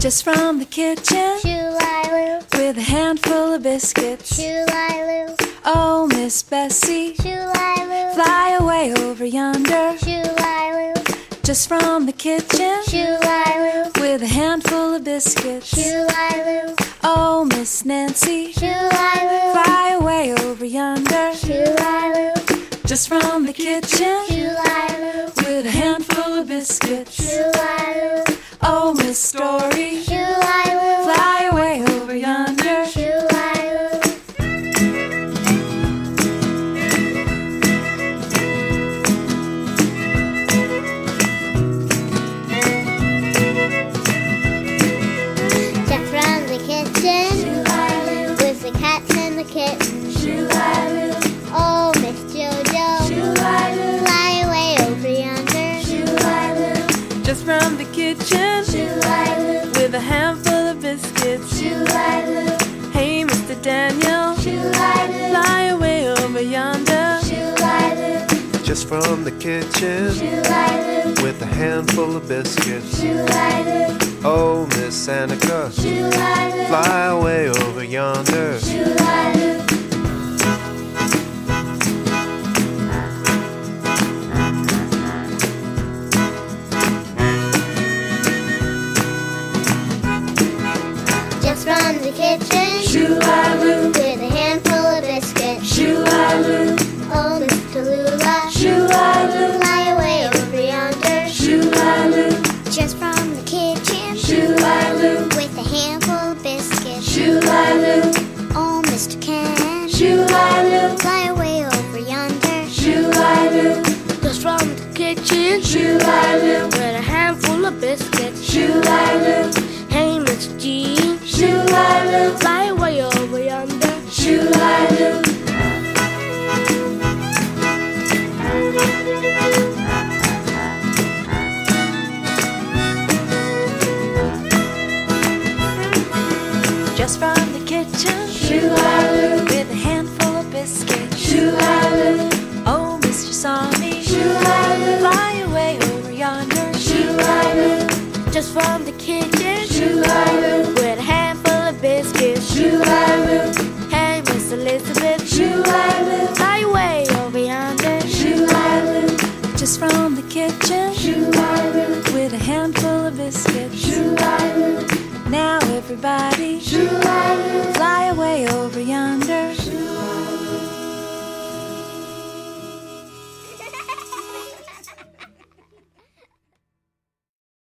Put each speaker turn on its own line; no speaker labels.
Just from the kitchen
Shoo-liloo,
with a handful of biscuits.
shoo-liloo,
Oh, Miss Bessie,
shoo-liloo,
fly away over yonder.
shoo-liloo,
Just from the kitchen
shoo-liloo,
with a handful of biscuits.
shoo-liloo,
Oh, Miss Nancy,
shoo-liloo,
fly away over yonder.
shoo-liloo,
Just from the kitchen
shoo-liloo,
with a handful of biscuits.
shoo-liloo,
Oh, Miss Story,
shoo-liloo,
fly away over yonder.
shoo-liloo. Jeff from the kitchen with the cats and the kittens. Oh, Miss Jojo, fly away over yonder.
Just from the kitchen with a handful of biscuits. Hey, Mr. Daniel, fly away over yonder.
Just from the kitchen with a handful of biscuits. Oh, Miss Annika, fly away over yonder.
Just from the kitchen
Shoo-la-loo,
with a handful of biscuits.
shoo-la-loo,
Oh, Miss Tallulah,
shoo-la-loo,
fly away over yonder.
shoo-la-loo,
Just from the kitchen
shoo-la-loo,
with a handful of biscuits.
shoo-la-loo,
Oh, Mr. Ken,
shoo-la-loo,
fly away over yonder.
shoo-la-loo,
Just from the kitchen
shoo-la-loo,
with a handful of biscuits.
shoo-la-loo,
Hey, Miss G,
shoo-la-loo,
fly away over yonder.
shoo-la-loo. Just from the kitchen, shoo-la-loo, with a handful of biscuits, shoo-la-loo. Oh, Mr. Sami, shoo-la-loo, fly away over yonder, shoo-la-loo,
Just from the kitchen
shoo-la-loo,
with